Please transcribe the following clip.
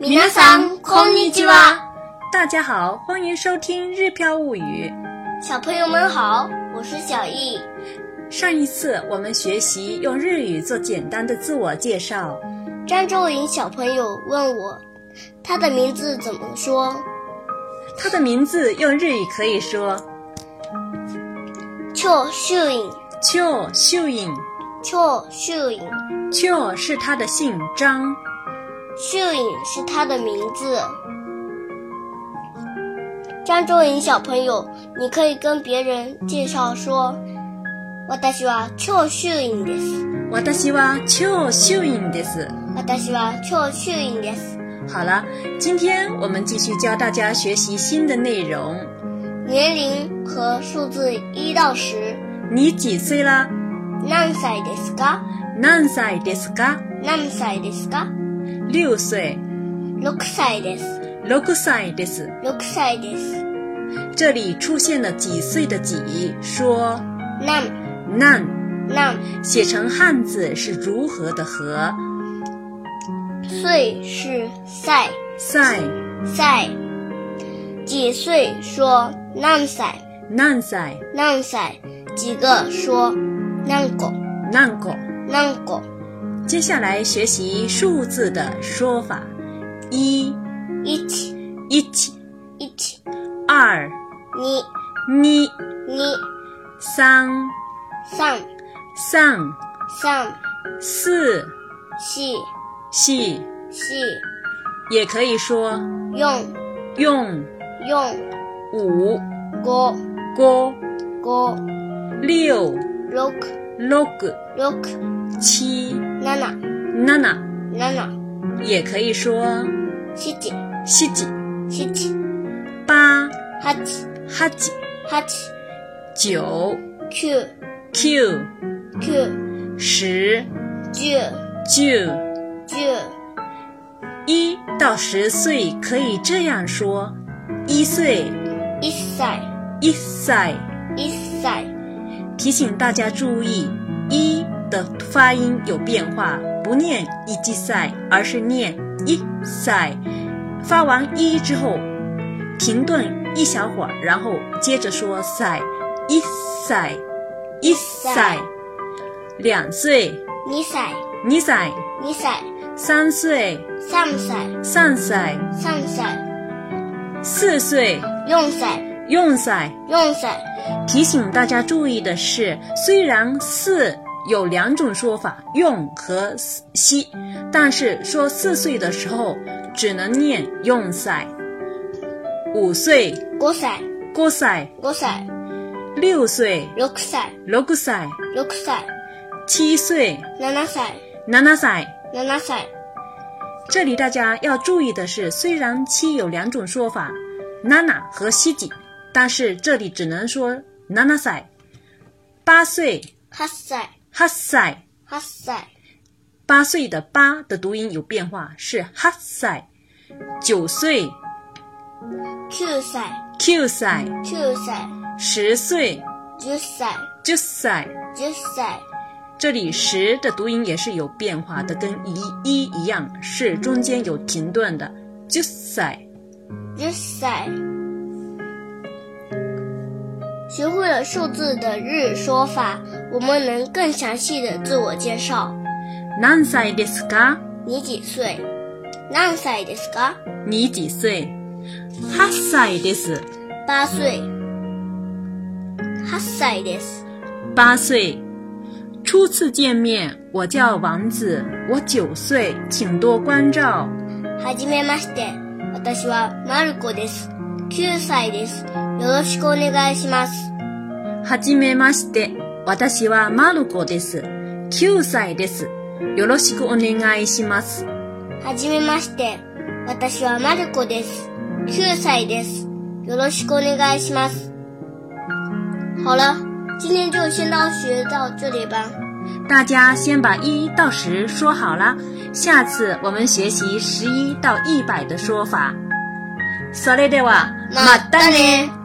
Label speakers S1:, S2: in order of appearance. S1: 皆さんこんにちは。
S2: 大家好，欢迎收听《日飘物语
S1: 小朋友们好，我是小易。》。
S2: 上一次我们学习用日语做简单的自我介绍，
S1: 张周颖小朋友问我，他的名字怎么说？
S2: 他的名字用日语可以说
S1: 邱秀颖，
S2: 秋秀颖，
S1: 邱秀颖，
S2: 秋是他的姓张，
S1: 秀颖是他的名字。张周颖小朋友，你可以跟别人介绍说，私は啊邱秀颖です。
S2: 私は秋秀颖です。
S1: 私は啊邱秀颖です。
S2: 好了，今天我们继续教大家学习新的内容。
S1: 年龄和数字一到十。
S2: 你几岁啦？
S1: 何歳ですか
S2: 何歳ですか？
S1: 何歳ですか
S2: 六岁。
S1: ?6 歳です。
S2: 六歳です。
S1: 6歳です。
S2: 这里出现了几岁的几，说
S1: 何、
S2: 难
S1: 何、
S2: 写成汉字是如何的和
S1: 岁是歳、
S2: 赛
S1: 歳。几岁说何歳、
S2: 难赛
S1: 何歳。几个说何個、
S2: 难过。
S1: 何個。
S2: 接下来学习数字的说法：一、
S1: 一、
S2: 一、
S1: 一、
S2: 二、
S1: 二、
S2: 二、
S1: 二、
S2: 三、
S1: 三、
S2: 三、
S1: 三、
S2: 四、
S1: 四、
S2: 四，
S1: 四、
S2: 也可以说
S1: 四、
S2: 用
S1: 四、
S2: 五、
S1: 五、
S2: 五、
S1: 五、
S2: 六、
S1: 六、
S2: 六、
S1: 六、
S2: 七、
S1: 七。
S2: 七，
S1: 七、
S2: 也可以说
S1: 七、
S2: 七、
S1: 七、
S2: 八、
S1: 八、
S2: 八、
S1: 八、
S2: 九、
S1: 九、
S2: 九、
S1: 九、
S2: 十、
S1: 九、
S2: 九。
S1: 九、
S2: 一到十岁可以这样说：一岁、
S1: 一歳、
S2: 一歳。
S1: 一歳、
S2: 提醒大家注意，一的发音有变化，不念一季赛，而是念一赛。发完一之后，停顿一小会儿，然后接着说赛，一赛，一赛。两岁、
S1: 二歳、
S2: 二歳、
S1: 二歳、
S2: 三岁、
S1: 三歳、
S2: 三歳、
S1: 三歳、
S2: 四
S1: 四歳、
S2: 岁、四歳。
S1: 四歳、
S2: 提醒大家注意的是，虽然“四”有两种说法，“用”和“西”，但是说四岁的时候只能念“用塞”。五岁
S1: 五歳、
S2: “过塞
S1: 五歳、”，
S2: 六岁
S1: 六歳、
S2: “六塞
S1: 六歳、”，
S2: 七岁
S1: 七歳、
S2: “七塞
S1: 七歳、”。
S2: 这里大家要注意的是，虽然“七”有两种说法，“娜娜”和“西吉”，但是这里只能说“娜娜塞”。八岁
S1: 八歳、
S2: “哈塞”。
S1: 八歳、
S2: 八岁的八的读音有变化，是哈塞；九岁
S1: 九歳、
S2: Q 塞；
S1: 九歳、
S2: 十岁
S1: 十歳、
S2: j 塞。
S1: 十歳、
S2: 这里十的读音也是有变化的，跟一一一样，是中间有停顿的 j 塞。
S1: 十歳。学会了数字的日语说法，我们能更详细的自我介绍。
S2: 何歳ですか？
S1: 你几岁？何歳ですか？
S2: 你几岁？八歳です。
S1: 八岁。八歳です。
S2: 八岁。初次见面，我叫王子，我九岁，请多关照。
S1: はじめまして。私はマルコです。9歳です。よろしくお願いします。
S2: はじめまして。私はマルコです。9歳です。よろしくお願いします。
S1: はじめまして。私はマルコです。9歳です。よろしくお願いします。好了，今天就先到学到这里吧。
S2: 大家先把一到十说好了，下次我们学习十一到一百的说法。それでは、
S1: またね。